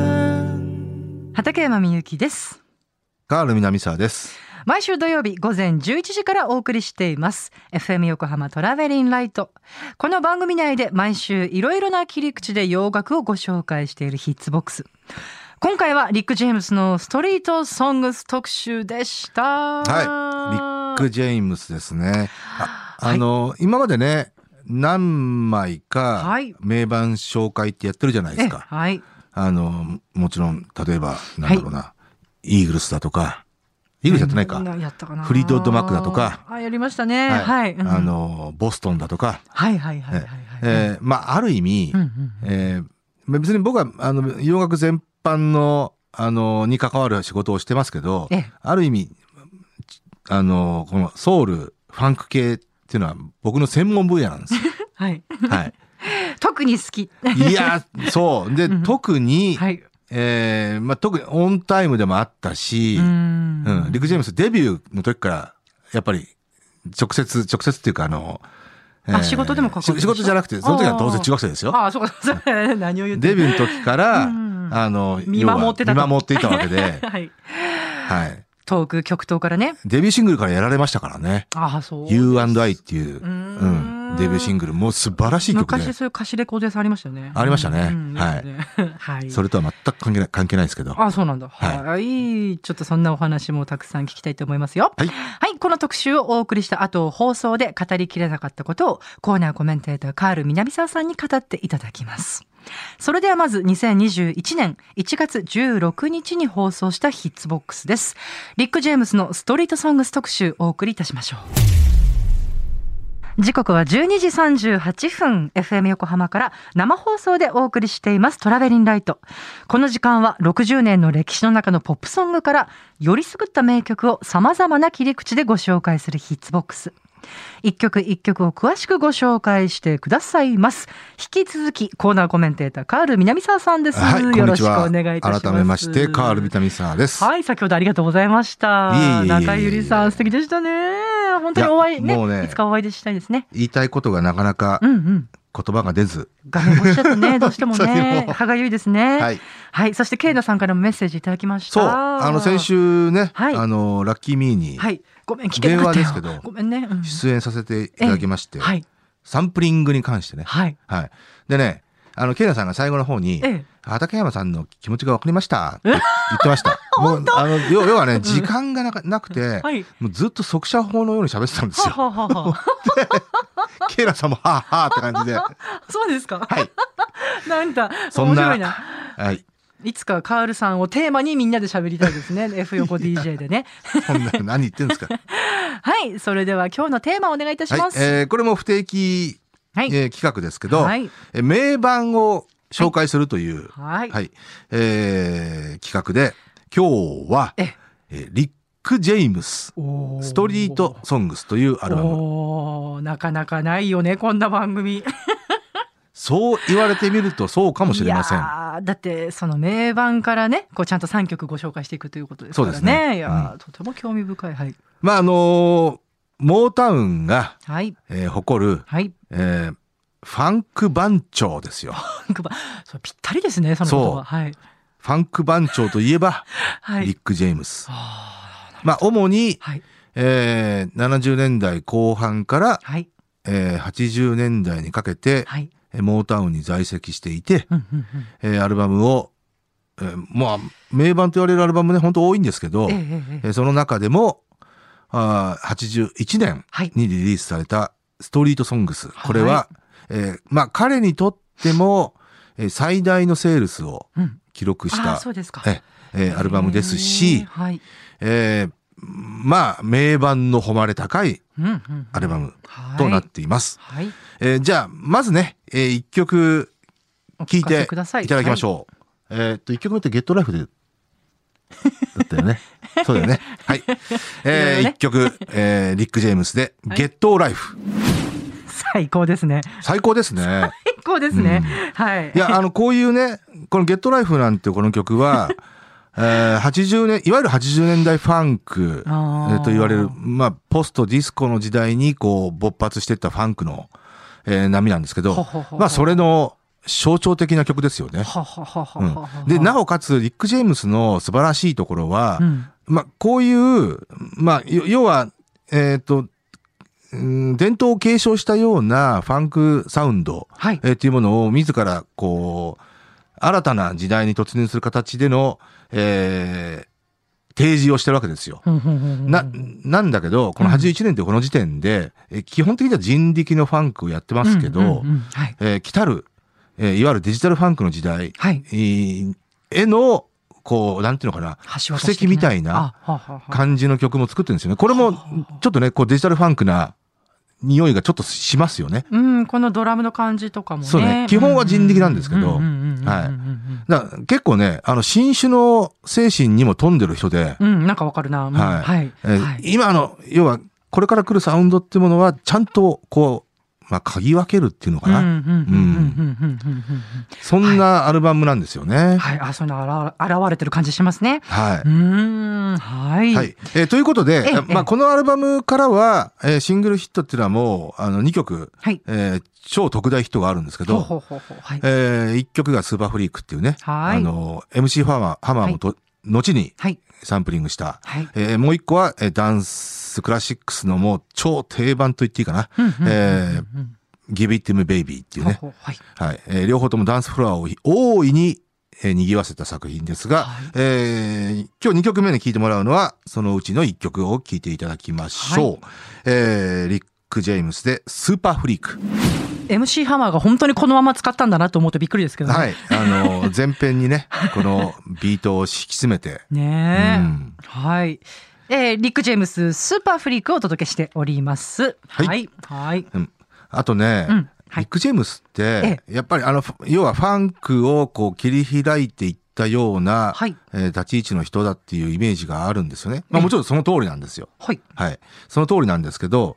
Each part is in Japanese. seven. 畠山みゆきですカール南沢です。毎週土曜日午前11時からお送りしています FM 横浜トラベリンライトこの番組内で毎週いろいろな切り口で洋楽をご紹介しているヒッツボックス今回はリック・ジェームスのストリートソングス特集でしたはい、リック・ジェームスですね。あはいあの、今までね、何枚かはい名盤紹介ってやってるじゃないですか。えはいあの、もちろん、例えば、なんだろうな、イーグルスだとか、イーグルスやってないか、やったかなフリートウッドマックだとかあやりましたねははいい、うんあの、ボストンだとか、はいはいはいはいはい、えーまあ、ある意味、うんうんえーまあ別に僕は、あの、洋楽全般の、あの、に関わる仕事をしてますけどええ、ある意味、ちあの、このソウル、ファンク系っていうのは僕の専門分野なんです よ。はいは特に好きい。いや、そう。で、うん特に、はいえーまあ、特にオンタイムでもあったし、んうん、リック・ジェームスデビューの時から、やっぱり、直接、直接っていうか、あの、あ仕事でも関わるし仕事じゃなくて、その時は当然中学生ですよ。ああ、そうか、そうか 何を言ってデビューの時から、うんうんあの、見守ってた要と、は見守っていたわけではい。はい。遠く極東からね。デビューシングルからやられましたからね。ああ、そう。 U&I っていう、ううーんん、デビューシングル、もう素晴らしい曲で昔、そういう歌詞レコード屋さんありましたよね。ありましたねうんはいですね はい。それとは全く関係ない、関係ないですけど。あ、そうなんだ。はいはい。ちょっとそんなお話もたくさん聞きたいと思いますよ。はいはい。この特集をお送りした後、放送で語りきれなかったことを、コーナーコメンテーターカール南沢さんに語っていただきます。それではまず2021年1月16日に放送したヒッツボックスです。リック・ジェームスのストリートソングス特集をお送りいたしましょう。時刻は12時38分 FM 横浜から生放送でお送りしていますトラベリンライトこの時間は60年の歴史の中のポップソングからよりすぐった名曲を様々な切り口でご紹介するヒッツボックス一曲一曲を詳しくご紹介してくださいます引き続きコーナーコメンテーターカール南沢さんです、はい、こんよろにしちくおは。願いいたします改めまして、カール・ビタミンサーです。はい、先ほどありがとうございました。いえいえいえいえ中井ゆりさん、素敵でしたね。本当にお会いいやねもうねいつかお会いでしたいですね。言いたいことがなかなかうん言うん。葉が出ず、画面越しだと ね、どうしても本当にもね、う歯がゆいですね。は。はいい。そして、ケイナさんからもメッセージいただきました。そう、あの、先。週ね、はいあの、ラッキー・ミーにはい。ごめん、聞けなかったよ。電話ですけどごめんね。うん出演させていただきまして、はい。サンプリングに関してね。はい。はい。でね、あの、ケイナさんが最後の方に、ええ。畠山さんの気持ちが分かりましたって言ってま した。もうあの要要はね、時間がなかなくて、はい。もうずっと速射法のように喋ってたんではすよ。はは は。ケイラさんも、はあはあって感じで。は そうですか。い。なんだ。そ面んな白いな。はい。いつかカールさんをテーマにみんなで喋りたいです ね。F 横 DJ でね。そんな、何言ってん ですか。はい。それでは今日のテーマお願いいたしはいま。す。えーこれも不定期、はえい。ー企画ですけど、はい。えー名盤を紹介するという、は。はいい、えー企画で、今日は、ええーリック・ジェイムス、ストリート・ソングスというアルバム。おーなかなかないよねこんな番組かそう言われてみるとそうかもしれません。だってその名盤からねこうちゃんと3曲ご紹介していくということですからねそうですねいやー、とても興味深いはいまああのーモータウンが、はいえー誇る、はいえーファンク番長ですよ。なんかまそうぴったりですねそのことははいファンク番長といえば、 はいリック・ジェームス。あーまあ、主に、はいえー70年代後半から、はいえー80年代にかけて、はいえーモータウンに在籍していて、うんうんえーアルバムを、えーまあ、名盤と言われるアルバムね、本当多いんですけど、うんえええええーその中でも、あー81年はいにリリースされたストリートソングス。これは、はえーまあ彼にとっても、えー最大のセールスをうん記録しあーた、そうですかええーアルバムですし、はいえーまあ名盤の誉れ高いうんうんうんアルバムはいとなっています。はいえーじゃあ、まずね、え1曲お聴聞いかせてくださいいただきましうょう。えーっと、1曲目ってゲットライフで、だったよね。 そうだよね。はい。いろいえろね1曲、えーリック・ジェームスで、はいゲットライフ。最高ですね最高ですね。最高ですね、はいいや、あの、こういうね、このゲットライフなんてこの曲は、 えー80年、いわゆる80年代ファンクえあーーと言われる、まあ、ポストディスコの時代にこう、勃発していったファンクの、えー波なんですけどほほほ、ほまあ、それの、象徴的な曲ですよね。ははははうはんはは。でなおかつリック・ジェームスの素晴らしいところは、うんまあ、こういう、まあ、よ要は、えっ、と、うん伝統を継承したようなファンクサウンド、はい。えー、というものを自らこう新たな時代に突入する形での、えー提示をしてるわけですよ。なななんだけどこの81年ってこの時点で、えー基本的には人力のファンクをやってますけど、はい。えー来たる、えーいわゆるデジタルファンクの時代はい。えーへのこうなんていうのかな橋渡し的な布石みたいな。あははは感じの曲も作ってるんですよね。これもちょっとねこうデジタルファンクな匂いがちょっとしますよね。うん、このドラムの感じとかもね。そうね基本は人力なんですけどうんうんうんうんうんうんはいだから結構ね、あの、新種の精神にも富んでる人で、うん、なんかわかるな。うんはいはい。えーはい今あの、要は、これから来るサウンドってものは、ちゃんと、こう、まあ、嗅ぎ分けるっていうのかうんうな。んうんうんうんうんうんそんなアルバムなんですようね。んはい。はい。あ、そういうのあら現れてる感じしますね。はうーん、はい。い。えーということで、ええまあ、このアルバムからは、えーシングルヒットっていうのはもう、あの、2曲、はい。えー超特大ヒットがあるんですけほうど、ほうほうほう。はい。え1曲がスーパーフリークっていうね、はいあの、MC ファーマー、ハマーもと、後にはい。サンプリングした、はい。えーもう一個は、えーダンスクラシックスのもう超定番と言っていいかな。うんうんうんうんえーギ i ティムベイビーっていうほうね。ほうはい。はい。えー両方ともダンスフロアを大いに、えー賑わせた作品ですが、はいえー今日2曲目に聴いてもらうのは、そのうちの1曲を聴いていただきましょう。えーリック・ジェームスでスーパーフリーク。 MC ハマーが本当にこのまま使ったんだなと思うとびっくりですけどね。はい。あのー、前編にね、このビートを敷き詰めて、ねえ、うんはい。えーリック・ジェームス、スーパーフリークをお届けしております。はいはい。はい。あとね、うん。はリいッ。ク・ジェームスって、やっぱりあの、ふ要はファンクをこう切り開いていったような、はい。えー立ち位置の人だっていうイメージがあるんですよね。えまあえもちろんその通りなんですよ。はい。はい。その通りなんですけど、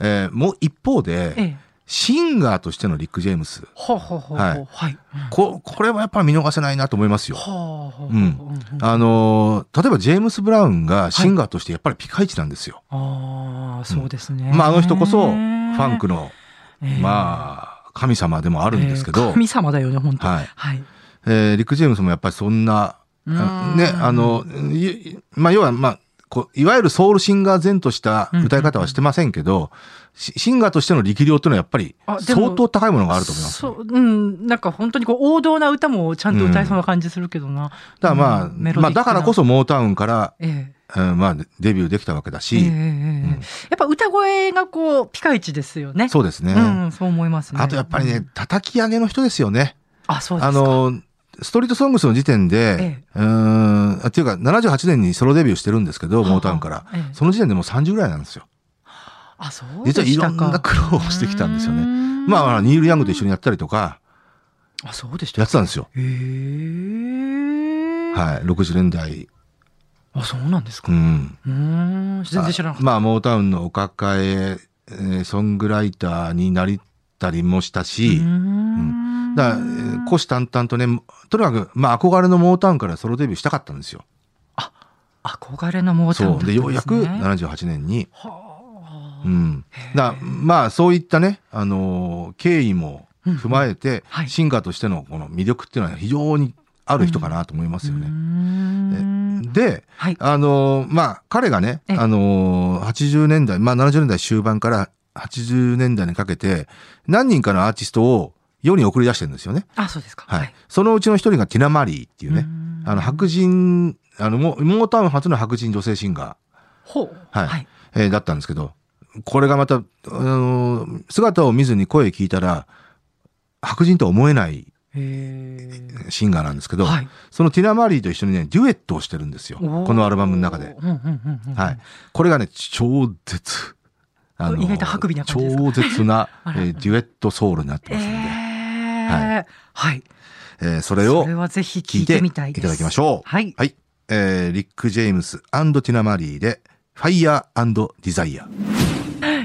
えーもう一方えで、え。シンガーとしてのリック・ジェームス、ほうほうほうほう。ははいい。ここれはやっぱ見逃せないなと思いますよ。ほうほうほう。うんあのー例えばジェームス・ブラウンがシンガーとしてやっぱりピカイチなんですよ。ああ、そうですね。まああの人こそ、ファンクの、ええ、まあ、神様でもああるんですけど、神様だよね、本当はいはい。えーリック・ジェームスもやっぱりそんなうあんね、あ、の、いまあ、要は、まあ、こういわゆるソウルシンガー前とした歌い方はしてませんけど、シシンガーとしての力量というのはやっぱりあでも相当高いものがあると思います。そう、うん、なんか本当にこう王道な歌もちゃんと歌えそうな感じするけどな。だからまあ、うんメロディックなまあだからこそモータウンから、ええ。うんまあデビューできたわけだえええし、えやっぱ歌声がこうピカイチですよね。そうですね、うん、そう思いますね。あとやっぱりうねん、叩き上げの人ですよね。あ、そうですか。あの、ストリートソングスの時点えで、うーん、あっていうか78年にソロデビューしてるんですけど、モータウンから。ええその時点でもう30ぐらいなんですよ。あ、そうで実はいしろたんか。な苦労をしてきたんですよね。ままあまあ、ニール・ヤングと一緒にやったりとか、あ、そうでしたやかってたんですよ。へえ。はい。60年代。あ、そうなんですかう。ん。うーん、全然知らなかっまあ、モータウンのお抱え、えーソングライターになりたりもしたた。し、うーんだからえー、虎視眈々とね、とにかく、まあ、憧れのモータウンからソロデビューしたかったんですよ。憧れのモータウンだっそう。たんで、すねようやく78年に。はあ。うん。だからまあ、そういったね、あのー経緯も踏まえて、はいシンガーとしてのこの魅力っていうのは非常にある人かなと思いますようーね。んで、はい。あのーまあ彼がね、ええあのー80年代、まあ、70年代終盤から80年代にかけて何人かのアーティストを世に送り出してるんですよね。あ、そうですか。はいそのうちの一人がティナ・マリーっていうね、あの白人あのモモータウン初の白人女性シンガほう。はいー、えーだったんですけどこれがまた、あのー姿を見ずに声聞いたら白人とは思えないへシンガーなんですけえ。ど、はい。そのティナ・マリーと一緒にねデュエットをしてるんですよおーこのアルバムの中で。うんうんうんうんはい。。これがね、超絶。意外とハクビな感じですか超 絶な、えあらーデュエットソウルになってえますんで、え。はい。えーそそれをれはぜひ聞聞いいてていみたただいです。きましょう。はい。はい。えーリック・ジェームスティナ・マリーで、ファイヤーディザイア。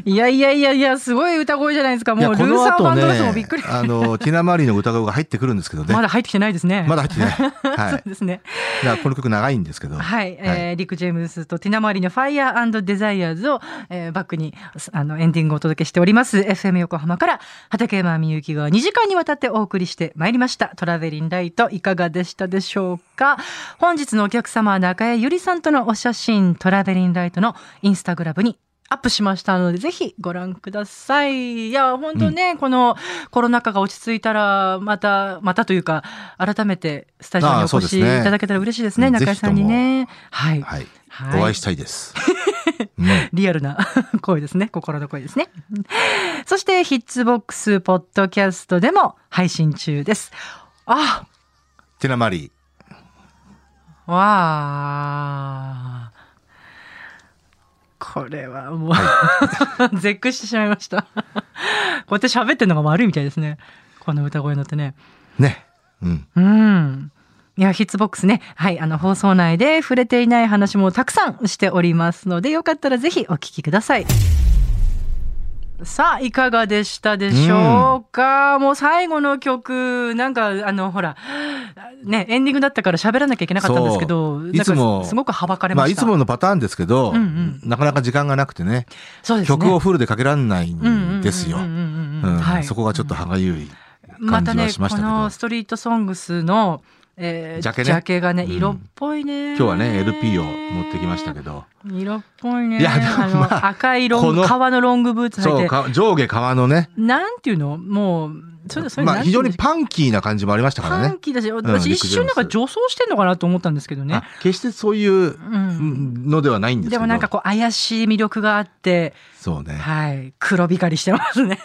いやいやいやいや、すごい歌声じゃないですか。いやもう、こルーのサー後バンドロスもびねっくり。、あ の、ティナ・マリーの歌声が入ってくるんですけどね。ままだだ入ってきてないですね。入ってない。はい。 そだうかですね。らこの曲長いんですけど。はい、えはいーリック・ジェームスとティナ・マリの「ファイヤーデザイアーズを」えーバックにあのエンディングをお届けしております FM 横浜から畠山みゆきが2時間にわたってお送りしてまいりました「トラベリンライト」いかがでしたでしょうか本日のお客様は中江ゆりさんとのお写真トラベリンライトのインスタグラムにアップしましたので、ぜひご覧ください。いや、本当ね、このコロナ禍が落ち着いたら、また、またというか、改めてスタジオにあおあそう越でしすいねただけたら嬉しいですね、うん中井さんにね。はい。はい。はいお会いしたいです。うんリアルな 声ですね。心の声ですね。 そして、ヒッツボックスポッドキャストでも配信中です。あ、ティナ・マリー。わあ。これはもう、 絶句してしまいました。 こうやって喋ってるのが悪いみたいですね。この歌声のってね。ね。うん。うん。いや、ヒッツボックスね。はい、あの、放送内で触れていない話もたくさんしておりますので、よかったらぜひお聞きください。さあ、いかがでしたでしょうか、もう最後の曲、なんか、あの、ほら、ね、エンディングだったから喋らなきゃいけなかったんですけど、そうなんいかつもすごくはばかれままあ、いした。つものパターンですけど、うんうんなかなか時間がなくてね、そうですね、曲をフルでかけられないんですよ。ううんうんうんうんうんうんはいんそこがちょっと歯がゆいま感たじはね、しこましたけど。のストリートソングスの、えー、ジャケねがね、うん色っぽいね、今日はね、LP を持ってきましたけど。ど。色っぽいね。いやでもあの、まあ赤いロンこグ、の革のロングブーツそ履ういて。か、上下革のね、なんていうのもう、そうだ、それまあ、非常にンパンキーな感じもありましたからパンね。キーだし、私うん一瞬なんか陸上女装してんのかなと思ったんですけどねあ。決してそういううん。のではないんですけでど。もなんかこう怪しい魅力があって、そうね。はい、黒光りしてますね。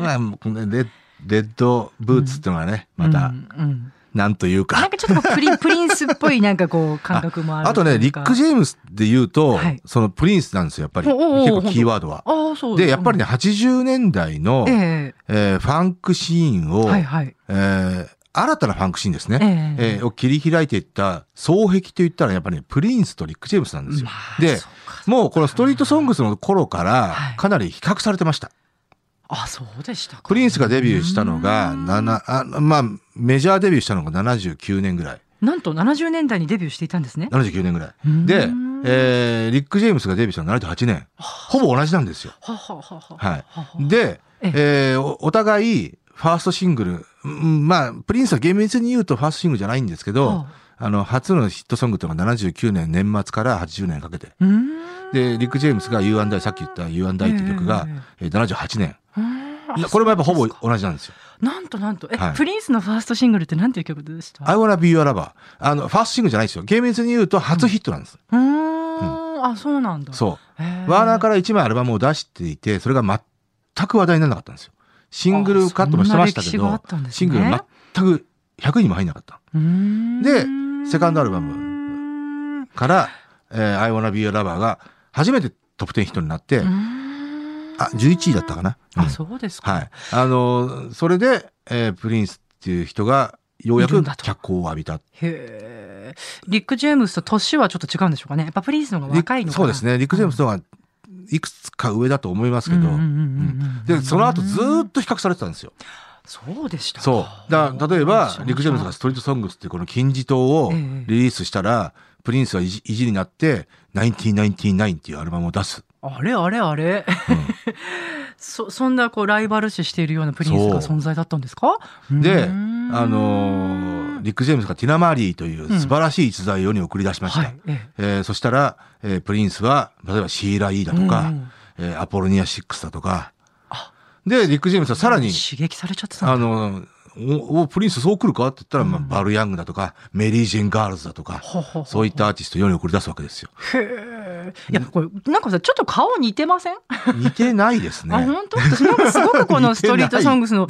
まあ、このレッレッドブーツっていうのがね、まうた、んうんなんというなんか。かちょっとこうプリン、プリンスっぽいなんかこう感覚もあるあとね、リック・ジェームスで言うとはい、そのプリンスなんですよ、やっぱり。おうおうおう結構キーワードは。ああ、そうで、やっぱりね、ね、 80年代の、ええーファンクシーンえを、はいはい。えー新たなファンクシーンですね、えええーを切り開いていった双璧といったらやっぱりね、プリンスとリック・ジェームスなんですよ。まあでそうかもうこのストリートソングスの頃からはいかなり比較されてました。あ、そうでしたか。プリンスがデビューしたのが、うん7あまあ、メジャーデビューしたのが79年ぐらい。なんと70年代にデビューしていたんですね。 79年ぐらい。で、えーリック・ジェームスがデビューしたのは78年。ほぼ同じなんですよ。はははははいはで、ええーおお互い、ファーストシングル、うんまあ、プリンスは厳密に言うとファーストシングルじゃないんですけど、あの、初のヒットソングというのが79年年末から80年かけて。うーんで、リック・ジェームスが U&I、さっき言った U&I っていう曲が、えー78年。ええええうーんあこれもやっぱほそぼうですか同じなんですよ。なんとなんとえ、はいプリンスのファーストシングルってなんていう曲でした？ I wanna be your lover。あの、ファーストシングルじゃないですよ。厳密に言うと初ヒットなんです。うーんあそうなんだ。そうう。ワーナーからら1枚アルバムを出していて、それが全く話題にならなかったんですよ。シングルカットもしてましたけど、シングルな全く100位にも入んなかった。うーんでセカンドアルバムムから、えー、I wanna be your lover が初めてトップ10ヒットになって、あ、11位だったかな。うんあそうですか。はい。あの、それで、えープリンスっていう人が、ようやいるくんだと脚光を浴びた。へえ。リック・ジェームスと年はちょっと違うんでしょうかね。やっぱプリンスの方が若いのリかな。そうですね。リック・ジェームスの方が、いくつか上だと思いますうけんうど、んうんうんうん。で、その後ずーっと。と比較されてたんですよ。そうでしたか。そう。だから例えば、リック・ジェームズがストリートソングスっていうこの金字塔をええリリースしたら、プリンスがいじいじになって、1999っていうアルバムを出す。あれあれあれ。 そ、そんなこうライバル視しているようなプリンスがそう存在だったんですかで、うーんあのーリック・ジェームズがティナ・マーリーという素晴らしい逸材を世に送り出しました。はい。ええーそしたら、えープリンスは、例えばシーラ・イーだとか、うんえーアポロニア6だとかあ。で、リック・ジェームズはえさらに、刺激されちゃってたんだあの、おおプリンスそう来るかって言ったら、まあ、バル・ヤングだとか、メリー・ジェン・ガールズだとか、ほうほうほうそういったアーティストを世に送り出すわけですよ。へえ。いや、これ、なんかさ、ちょっと顔似てません、似てないです ね。あ、本当私なんかすごくこの似スてトないリートソングスの、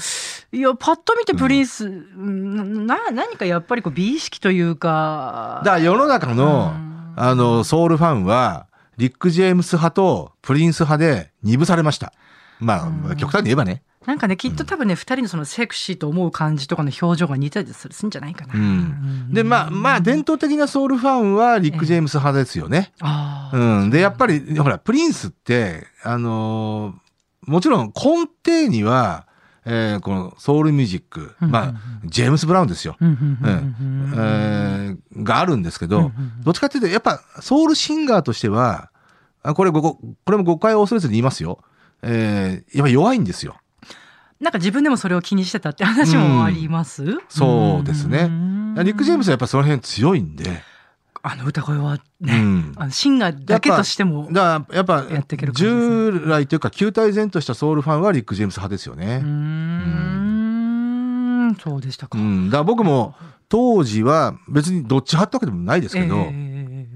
いや、パッと見てプリンス、うんな、何かやっぱりこう美意識というかだ、から世の中のうん、あの、ソウルファンは、リック・ジェームス派とプリンス派で二分されました。まあ、極端に言えばね。なんかね、きっと多分ね、二、人のそのセクシーと思う感じとかの表情が似たりするんじゃないかな。うんうんで、まあ、まあ、伝統的なソウルファンはリック・ジェームス派ですよね。ああ、うん。で、やっぱり、ほら、プリンスって、あのーもちろん根底には、えーこのソウルミュージック、うんまあ、ジェームス・ブラウンですよ。うんうんうんえうんうんーがあるんですけうんうどんうん、どっちかっていうと、やっぱソウルシンガーとしては、あこれご、これも誤解を恐れずに言いますよ。えーやっぱ弱いんですよ。なんか自分でもそれを気にしてたって話もあります、そうですねんリック・ジェームスはやっぱその辺強いんで、あの歌声はうね、ん。あのシンガーだけとしても。だからやっぱやっていける感じですね従来というか旧体前としたソウルファンはリック・ジェームス派ですようーね。ん、そうでしたうか。ん、だから僕も当時は別にどっち派ってわけでもないですけど、ええ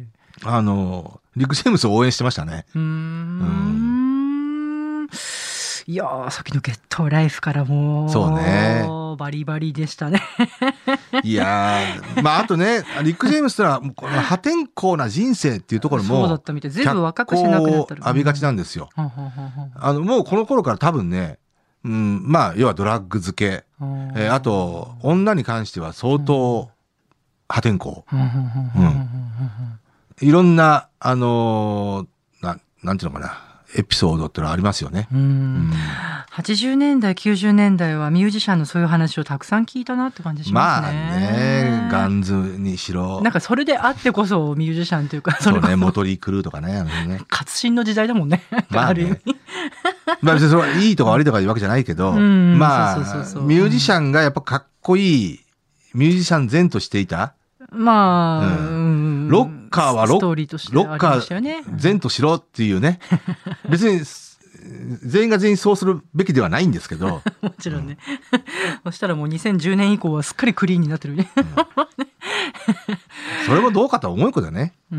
あのリック・ジェームスを応援してましたね。うーん。いやー、さっきのゲットライフからもそうねバリバリでしたね。いや ーまああとねリック・ジェームスってのはもうこの破天荒な人生っていうところそうだっもたみたい。全脚部若くしてなく光なをったら浴びがちだ。なんですよ。はんはんはんはんあのもうこの頃から多分ね、うん、まあ要はドラッグ漬け、うんえーあと女に関しては相当破天荒。はんはんはんはんはんはんはんいろんな、あのーな、なんていうのかな、エピソードってのはありますよね。ううんん80年代90年代はミュージシャンのそういう話をたくさん聞いたなって感じしままあすね。ね、ガンズにしろ、なんかそれであってこそミュージシャンというかそそうれこね、そモトリー・クルーとかね、あの辺ね活心の時代だもんね。まあある意味ね。まあ別にそれはいいとか悪いとかいうわけじゃないけど、 うんまあそうそうそうそうミュージシャンがやっぱかっこいい、ミュージシャン前としていた、まあ、ううんロッカーはロッストーリーとしてロあッりカましたよね。ー前としろっていうね、別に全員が全員そうするべきではないんですけど、もちろんね。 そしたらもう2010年以降はすっかりクリーンになってるね。それもどうかとは思うことだね。うう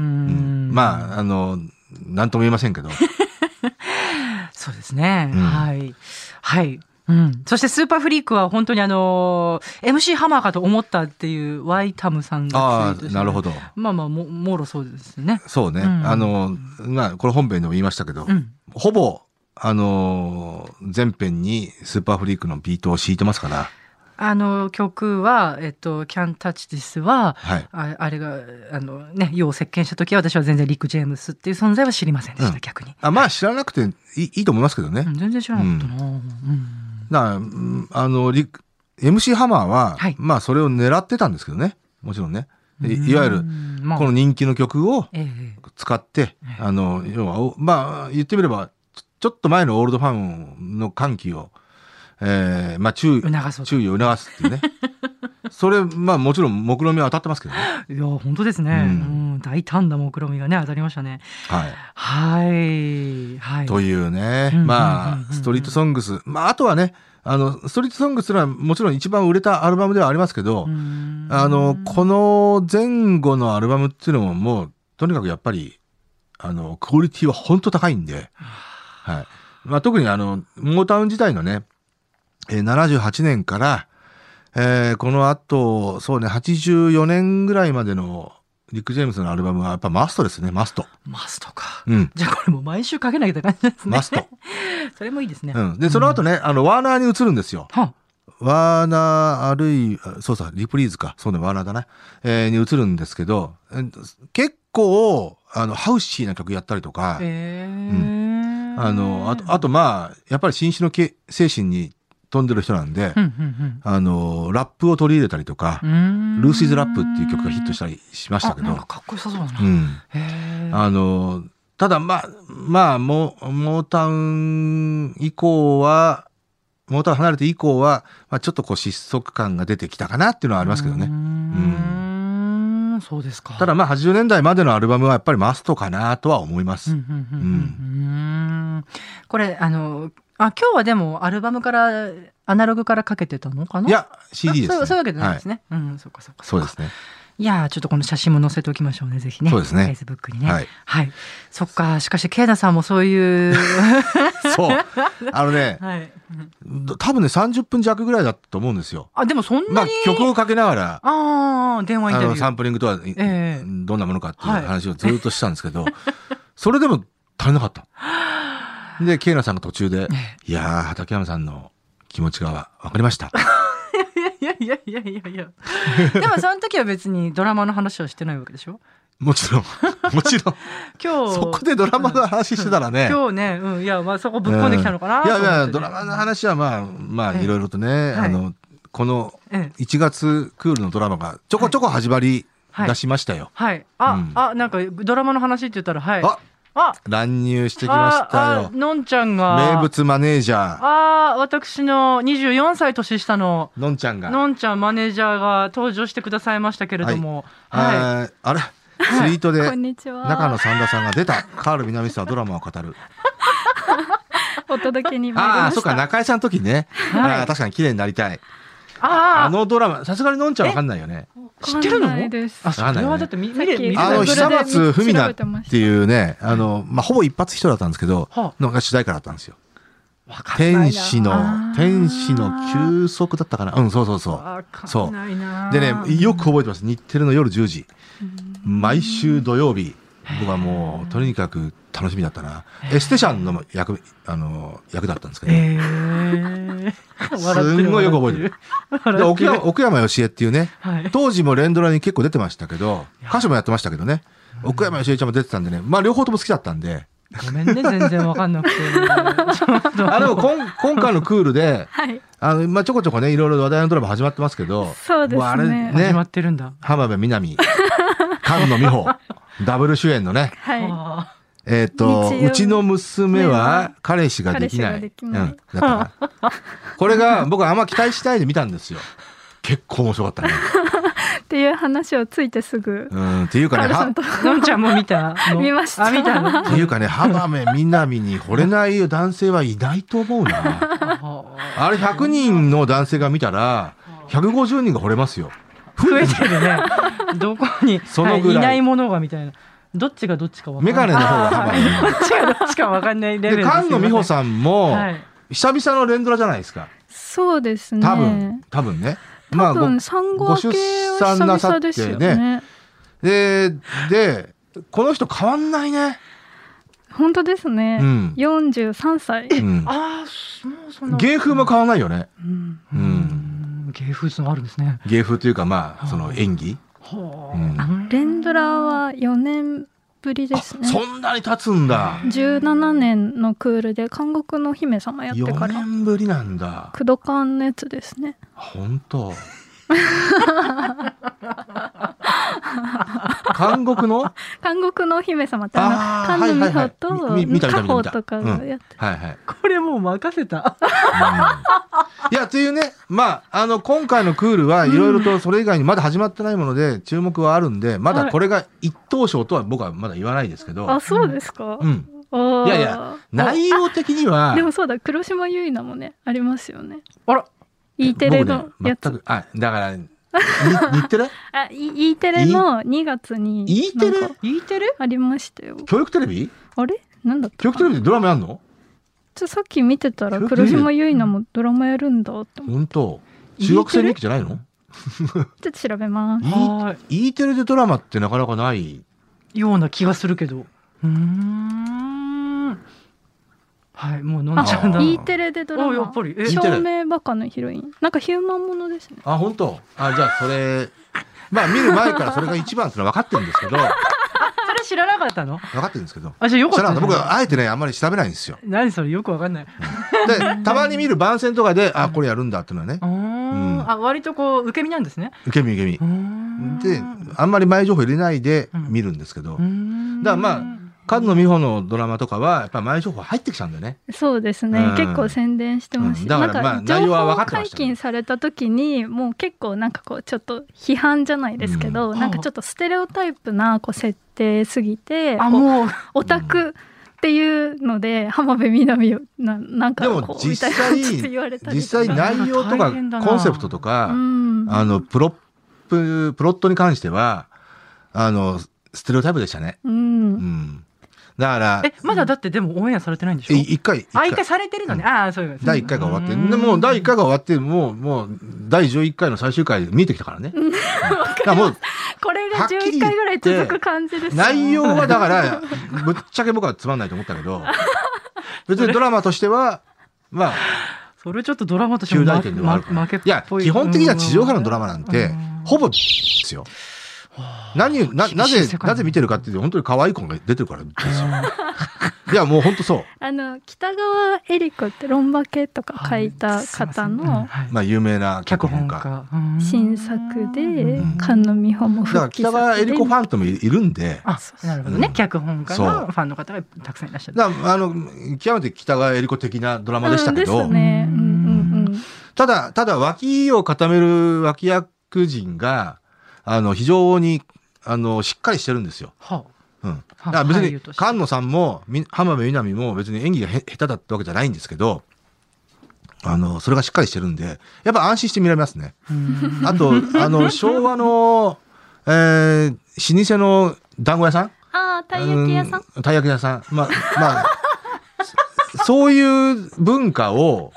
んんまあ、あの、なんとも言えませんけど。あ。そうですね。うんはい。はい。うん、そしてスーパーフリークは本当にあのー MC ハマーかと思ったっていうワイタムさんが ツあイートしてあ、てなるほど。まあまあももろそうですね。そうね。うんあの、まあ、これ本編でも言いましたけど、うん。ほぼ、あのー、前編にスーパーフリークのビートを敷いてますから、あの曲はえっと Can't Touch This ははい。ああれがあのね世を席巻した時は私は全然リック・ジェームスっていう存在は知りませんでした、うん逆に、あまあ、知らなくていいいいと思いますけどね。うん全然知らなかったな、うんだからうんあの、リク MC ハマーは、はいまあ、それを狙ってたんですけどね。もちろんね。でいいわゆうる、んまあこの人気の曲をええ使って、あの、要は、おまあ、言ってみれば、ちょちょっと前のオールドファンの歓喜を、えー、まあ、注意、促そうと注意を促すってい うね。それ、まあもちろん目論見は当たってますけどね。いや本当ですね、ううんん大胆な目論見がね当たりましたねはい。はいはいというねう、んうんまうんうあ、んストリートソングス。まああとはね、あの、ストリートソングスというのはもちろん一番売れたアルバムではありますけど、うんあの、この前後のアルバムっていうのももう、とにかくやっぱり、あの、クオリティは本当高いんで、はい。まあ特にあの、モータウン自体のね、えー78年から、えーこの後、そうね、84年ぐらいまでのリック・ジェームスのアルバムはやっぱマストですね、マスト。マストかうん。じゃあこれもう毎週かけなきゃって感じですねマスト。 それもいいですね、うん。で、その後ね、あの、ワーナーに移るんですよ。はワーナーあるいは、そうさ、リプリーズか。そうね、ワーナーだな。えーに移るんですけど、えー結構、あの、ハウシーな曲やったりとか、ええあの、あと、あとまあ、やっぱり新種のけ精神に飛んでる人なんで、うんうんあの、ラップを取り入れたりとかう、んルースイズラップっていう曲がヒットしたりしましたけあなどんか、かっこよさそうだな、うん。へーあの、ただまあ、まあ、モモータウン以降は、モータウン離れて以降は、まあちょっとこう失速感が出てきたかなっていうのはありますけどうーね。んそうですか。ただまあ80年代までのアルバムはやっぱりマストかなとは思いまうんす。うんうんうんうーんこれあのあ今日はでもアルバムからアナログからかけてたのかないいや、CD です、そね。うそういうわけじゃないはですね。うんそうかそうかそうでかすね。いやーちょっとこの写真も載せておきましょうねぜひね。そうですねフェイスブックにね。ははいい。そっかしかしケイナさんもそう いう。そう。 あのね、はい。多分ね30分弱ぐらいだったと思うんですよ。あでもそんなに。まあ曲をかけながら、ああ電話インあタビュのー。サンプリングとは、いええどんなものかっていう話をずっとしたんですけど、それで も足りなかった。で、ケイナさんが途中で、えいやー、畠山さんの気持ちが分かりました。いやいやいやいやいやでもその時は別にドラマの話をしてないわけでしょもちろん、も ちろん。今日そこでドラマの話してたらね。今日ね、うん、いや、まあ、そこぶっこんできたのかな、うんいやいと思っや、てドラマの。話はまあ、まあ、ええいろいろとね、いあの、このええ1月クールのドラマがちょこちょこ始まり出しましたよ。はい、あ、うんあ、なんかドラマの話って言ったら、はい。あ、あ、乱入してきましたああよ。のんちゃんが。名。物マネージャー、あ、私の24歳年下の。のんちゃんが。のんちゃんマネージャーが登場してくださいましたけれども。はい。あーあれツイートでこんにちは。中野三田さんが出たカール南さんドラマを語る。お届けに参りあまあ、しそた。っか、中井さんの時ね。はいあー確かに綺麗になりたい。ああのドラマ、さすがにのんちゃんわかんないよね。知ってるのわかんないですあ、あ、それはだって見、見れ、見れさっきあの、 Google で久松文調奈べてましったていうね、あの、まあ、ほぼ一発人だったんですけどは、のが主題歌だったんですよ。わかんないな天使あの、ー天使の休息だったかな。うん、そうそうそう。わかんないな。でね、よく覚えてます。日テレの夜10時。毎週土曜日。僕はもう、とにかく楽しみだったな。エステシャンの役、あの、役だったんですけど。 えー笑ってすんごいよく覚えてる。で笑って奥る。山奥山よしえっていうね、はい当時も連ドラに結構出てましたけど、歌手もやってましたけどね、奥山よしえちゃんも出てたんでね、まあ両方とも好きだったんで、ごめんね、全然わかんなくて。ちょっとあれを 今今回のクールで、はい。あのまあちょこちょこね、いろいろ話題のドラマ始まってますけど、そうですねもあれ始まねっ、てるんだ。浜辺美波、 菅野美穂、ダブル主演のね、はあえっ、と、日曜うちの娘は彼氏ができない。彼氏ができないうん、だから。これが僕はあんま期待しないで見たんですよ。結構面白かったね。い。っていう話をついてすぐ、うん、っていうかカーね、ルさんと。ーのんちゃんも見たの見ましたあ、見たの っていうかね、浜辺美波に惚れない男性はいないと思うな。あ あれ100人の男性が見たら、150人が惚れますよ。増えてるね。どこに、そのはいぐらいいないものがみたいな。どっちがどっちかわかんない。メガネの方が浜辺美 どっちがどっちかわかんないレベル波。で、す菅野美穂さんも、はい久々の連ドラじゃないですか。そうですね。多分、多分ね。まあ多ご分、産後明けご出は産な久さっ々てねですよね。で、で、この人変わんないね。本当ですねうん。 43歳。うん。あー、もうそんな。芸風も変わんないよね。うんうん。芸風があるんですね。芸風というか、まあ、その演技。はああ。レンドラは4年ぶりであ、すね。そんなに経つんだ。 17年のクールで韓国の姫様やって4から、年ぶりなんだ。クドカンのやつですね。本当。韓国の。は韓国のお姫様ってああーの菅はいはいはい野美穂とみみ見た見たカ見たホ見たとかがやって、いはい。これもう任せた。うんいやというね、まああの今回のクールはいろいろとそれ以外にまだ始まってないもので注目はあるんで、まだこれが一等賞とは僕はまだ言わないですけど。あそうですか、うん。あーいやいや内容的にはでもそうだ黒島結菜もねありますよねあら。 E テレの僕ねやつ、全くあだからに日テレ、あ E E テレの2月に E テなんレか、言いてるありましたよ教育テレビ、あれなんだった教育かテなレビでドラマやんの？ちょさっき見てたら教育黒島結菜もドラマやるんだって思っ本当。中学生人気じゃないの？てちょっと調べますは E テレでドラマってなかなかないい。ような気がするけど。うーん。はい、もう飲んじゃうんだあ。 E テレでドラおマやっぱりえ E テレ照明バカのヒロインなんかヒューマンものですねあ、本当。あ、じゃあそれ、まあ見る前からそれが一番ってのは分かってるんですけど、そ分れ知らなかったのかってるんですけど。あ、じゃあよかっそれたはね。僕はあえてね、あんまり調べないんですよ。何それよくわかんない。で、たまに見る番宣とかで、あ、これやるんだっていうのはねう、ーん。あ、割とこう、受け身なんですね。受け身受けうー身。んで、あんまり前情報入れないで見るんですけどうー、んだからま菅野美穂のドラマとかは、やっぱ前情報入ってきちゃうんだよね。そうですね、うん結構宣伝してますうし、んだからまあなんか内情容は分か報ってま解したけど禁された時にもう結構なんかこうちょっと批判じゃないですけど、うんなんかちょっとステレオタイプなこう設定すぎてあ、こうもう、オタクっていうので浜辺美波をななんかでもこうみ実たいな際ちょっと言われたり実際内容と大か変だなコンセプトとか、うんあの、プロップ、プロットに関しては、あの、ステレオタイプでしたね。ううんん。だから、え、まだだってでもオンエアされてないんでしょい一回、一あ、回一回されてるのね。ああ、そういうこと第1回が終わって、うんでもう第1回が終わって、もう、もう、第11回の最終回見えてきたからね。だからもう、これはがっきり11言っ回てぐらい続く感じですよ内容はだから、ぶ っちゃけ僕はつまんないと思ったけど、別にドラマとしては、まあ、それちょっとドラマとして旧大点ではあるから。負けっいや、ぽい基本的には地上波のドラマなんてうん、ほぼですよ。何をな、なぜ、なぜ見てるかっていうと、本当に可愛い子が出てるからです よ。いや、もう本当そう。あの北川恵理子って「ロンバケ」とか書いた方のまあ、有名な脚脚本本家。家うん新作でん菅野美穂もだから、復帰北作川恵で理子ファンともいるんで、あなるほどね、うん脚本家そうのファンの方がたくさんいらっしゃるだからあの、極めて北川恵理子的なドラマでしたけうどんです、ねうんうんうんただ、ただ、脇を固める脇役陣が、あの、非常に、あの、しっかりしてるんですよ。はうん。はだから別俳に優として菅野さんもみ浜辺美波も別に演技がへ下手だったわけじゃないんですけどあのそれがしっかりしてるんでやっぱ安心して見られますね。あうんあとあの昭和の、えー老舗の団子屋さんああたい焼き屋さんうんたい焼き屋さんまあまあそ そういう文化を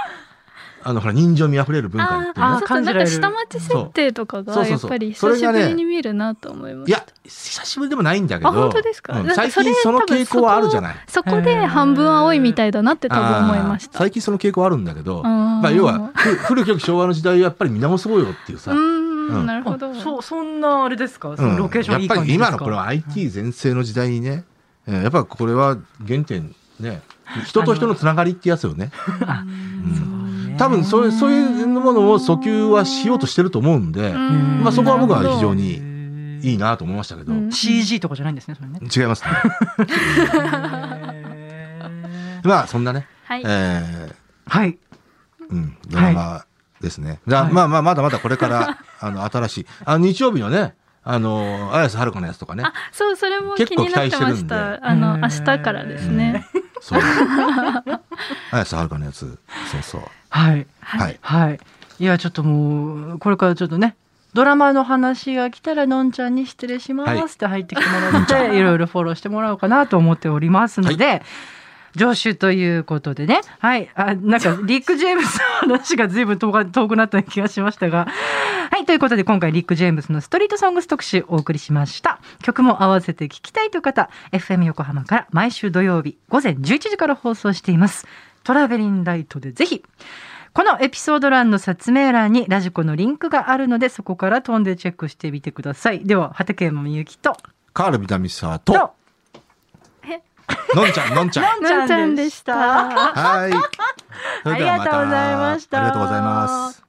あのほら人情味あふれる文化っていうあのーあーそうそう感じならんれるか下町設定とかそうがそやうそっうそうぱりそれ久しがねぶりに見るなと思いまいしたや久しぶりでもないんだけどあ本当ですかうんなんか最それ近その多分傾向はあるじゃない。そこで半分青いみたいだなって多分思いましあーた最近その傾向あるんだけど、あーまあ、要はふ 古き良き昭和の時代をやっぱり見直そうよっていううさ、ーうんんなるほどあそうそんなあれですか、そのロケーションやいっいぱ感じりですか今のこれは IT 全盛の時代にね、えーやっぱこれは原点ね人と人のつながりってやつよねうん多分そういうそういうものを訴求はしようとしてると思うんで、うんまあ、そこは僕は非常へにーいいなと思いましたけど、うん CG とかじゃないんですねそれね違います ねまあそんなね、はいえーはいうん、ドラマですね。じゃあ、はいまあまあ、まだまだこ れから、あの、新しい。あの、日曜日のね、あの、綾瀬はるかのやつとかねあ。そうそれも結気構になってまし期待してるんたあのへー明日からですねうん。 そう。綾瀬はるかのやつ。そうそう。はいははいい。はいいやちょっともうこれからちょっとねドラマの話が来たらのんちゃんに失礼しますって入ってきてもらって、い、ろいろフォローしてもらおうかなと思っておりますので、助手ということでねはいあなんかリック・ジェームスの話が随分遠か遠くなった気がしましたがはいということで今回リック・ジェームスのストリートソングス特集お送りしました曲も合わせて聴きたいという方 FM 横浜から毎週土曜日午前11時から放送していますトラベリンライトでぜひこのエピソード欄の説明欄にラジコのリンクがあるのでそこから飛んでチェックしてみてくださいでは畠山みゆきとカール・ビタミサーと、とのんちゃん、のんちゃん。はなんちゃんでし た。ーい。それではまたありがとうございましたありがとうございます。